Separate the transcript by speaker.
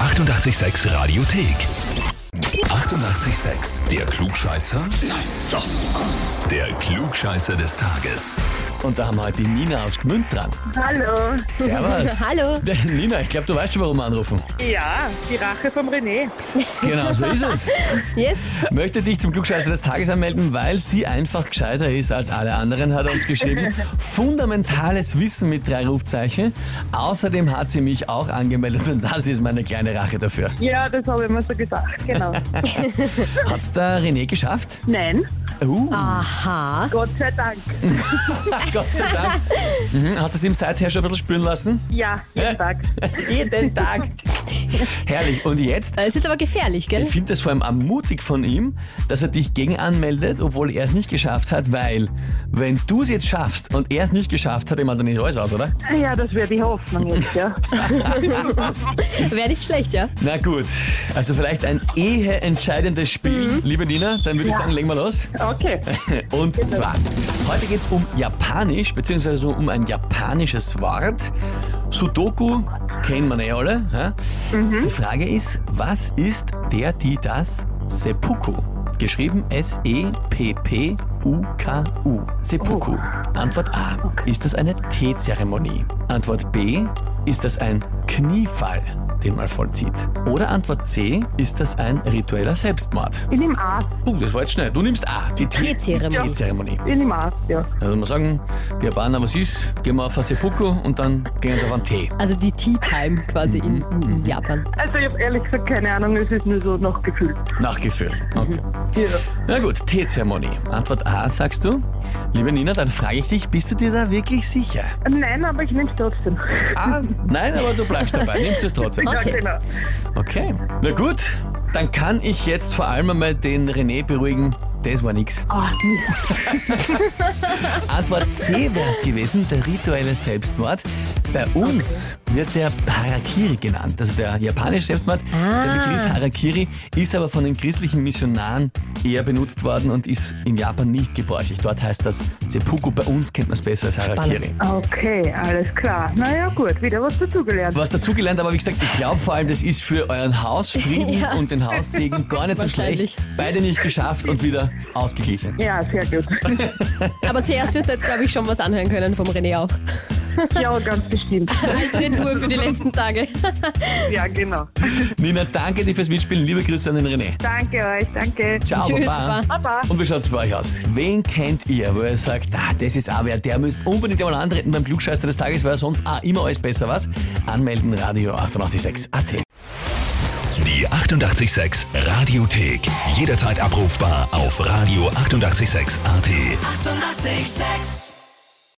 Speaker 1: 886 Radiothek. 88,6. Der Klugscheißer? Nein, doch. Der Klugscheißer des Tages.
Speaker 2: Und da haben wir heute die Nina aus Gmünd dran.
Speaker 3: Hallo.
Speaker 2: Servus.
Speaker 4: Hallo.
Speaker 2: Nina, ich glaube, du weißt schon, warum wir anrufen.
Speaker 3: Ja, die Rache vom René.
Speaker 2: Genau, so ist es.
Speaker 4: Yes.
Speaker 2: Möchte dich zum Klugscheißer des Tages anmelden, weil sie einfach gescheiter ist als alle anderen, hat er uns geschrieben. Fundamentales Wissen mit drei Rufzeichen. Außerdem hat sie mich auch angemeldet und das ist meine kleine Rache dafür.
Speaker 3: Ja, das habe ich mir so gedacht, genau.
Speaker 2: Hat's der René geschafft?
Speaker 3: Nein,
Speaker 2: Uh,
Speaker 3: Ah.
Speaker 4: Aha.
Speaker 3: Gott sei Dank.
Speaker 2: Gott sei Dank. Mhm, hast du es ihm seither schon ein bisschen spüren lassen?
Speaker 3: Ja, jeden Tag.
Speaker 2: Jeden Tag. Herrlich. Und jetzt?
Speaker 4: Das Äh, ist jetzt aber gefährlich, gell?
Speaker 2: Ich finde das vor allem ermutig von ihm, dass er dich gegen anmeldet, obwohl er es nicht geschafft hat, weil wenn du es jetzt schaffst und er es nicht geschafft hat, immer dann ist alles aus, oder?
Speaker 3: Ja, das wäre die Hoffnung jetzt, ja.
Speaker 4: Wäre nicht schlecht, ja?
Speaker 2: Na gut, also vielleicht ein eheentscheidendes Spiel. Liebe Nina, dann würde ich sagen, legen wir los.
Speaker 3: Okay.
Speaker 2: Und zwar, heute geht es um Japanisch, beziehungsweise um ein japanisches Wort. Sudoku kennen wir eh alle. Ja? Die Frage ist, was ist der, die, das Seppuku? Geschrieben E S-E-P-P-U-K-U. Seppuku. Antwort A. Ist das eine Teezeremonie? Antwort B. Ist das ein Kniefall, den man vollzieht? Oder Antwort C. Ist das ein ritueller Selbstmord?
Speaker 3: Ich nehme A.
Speaker 2: Uh, das war jetzt schnell. Du nimmst A. Die Tee-
Speaker 4: Teezeremonie.
Speaker 2: die Teezeremonie.
Speaker 3: Ich nehme A, ja.
Speaker 2: Also man sagen, die Japaner, was ist, gehen wir auf ein Seppuku und dann gehen sie auf einen Tee.
Speaker 4: Also die Tea Time quasi in, in Japan.
Speaker 3: Also ich habe ehrlich gesagt keine Ahnung, es ist nur so noch gefühlt.
Speaker 2: Nachgefühl. Okay.
Speaker 3: Ja.
Speaker 2: Na gut, Teezeremonie. Antwort A sagst du. Liebe Nina, dann frage ich dich, bist du dir da wirklich sicher?
Speaker 3: Nein, aber ich nehme es trotzdem.
Speaker 2: A? Nein, aber du bleibst dabei, nimmst es trotzdem.
Speaker 4: Okay.
Speaker 3: Ah. Ja, genau.
Speaker 2: Okay. Na gut, dann kann ich jetzt vor allem einmal den René beruhigen. Das war nix.
Speaker 3: Ah,
Speaker 2: Antwort C wäre es gewesen, der rituelle Selbstmord. Bei uns wird der Harakiri genannt, also der japanische Selbstmord. Der Begriff Harakiri ist aber von den christlichen Missionaren eher benutzt worden und ist in Japan nicht gebräuchlich. Dort heißt das Seppuku, bei uns kennt man es besser als Harakiri.
Speaker 3: okay, alles klar. Naja, gut, wieder was dazugelernt.
Speaker 2: Was dazugelernt, aber wie gesagt, ich glaube vor allem, das ist für euren Hausfrieden
Speaker 4: Ja.
Speaker 2: und den Haussegen gar nicht so
Speaker 4: Wahrscheinlich.
Speaker 2: schlecht. Beide nicht geschafft und wieder ausgeglichen.
Speaker 3: Ja, sehr gut.
Speaker 4: Aber zuerst wirst du jetzt, glaube ich, schon was anhören können vom René auch.
Speaker 3: Ja, ganz bestimmt.
Speaker 4: Als Retour für die letzten Tage.
Speaker 3: Ja, genau.
Speaker 2: Nina, danke dir fürs Mitspielen. Liebe Grüße an den René.
Speaker 3: Danke euch, danke.
Speaker 2: Ciao,
Speaker 4: Tschüss,
Speaker 2: Baba.
Speaker 4: Baba.
Speaker 3: Baba.
Speaker 2: Und wie schaut's bei euch aus? Wen kennt ihr, wo ihr sagt, ah, das ist aber der müsst unbedingt einmal antreten beim Klugscheißer des Tages, weil er sonst ah, immer alles besser was? Anmelden Radio 886 AT.
Speaker 1: Die 88,6 Radiothek. Jederzeit abrufbar auf radio886.at. 88,6.
Speaker 5: Eighty-eight, sex.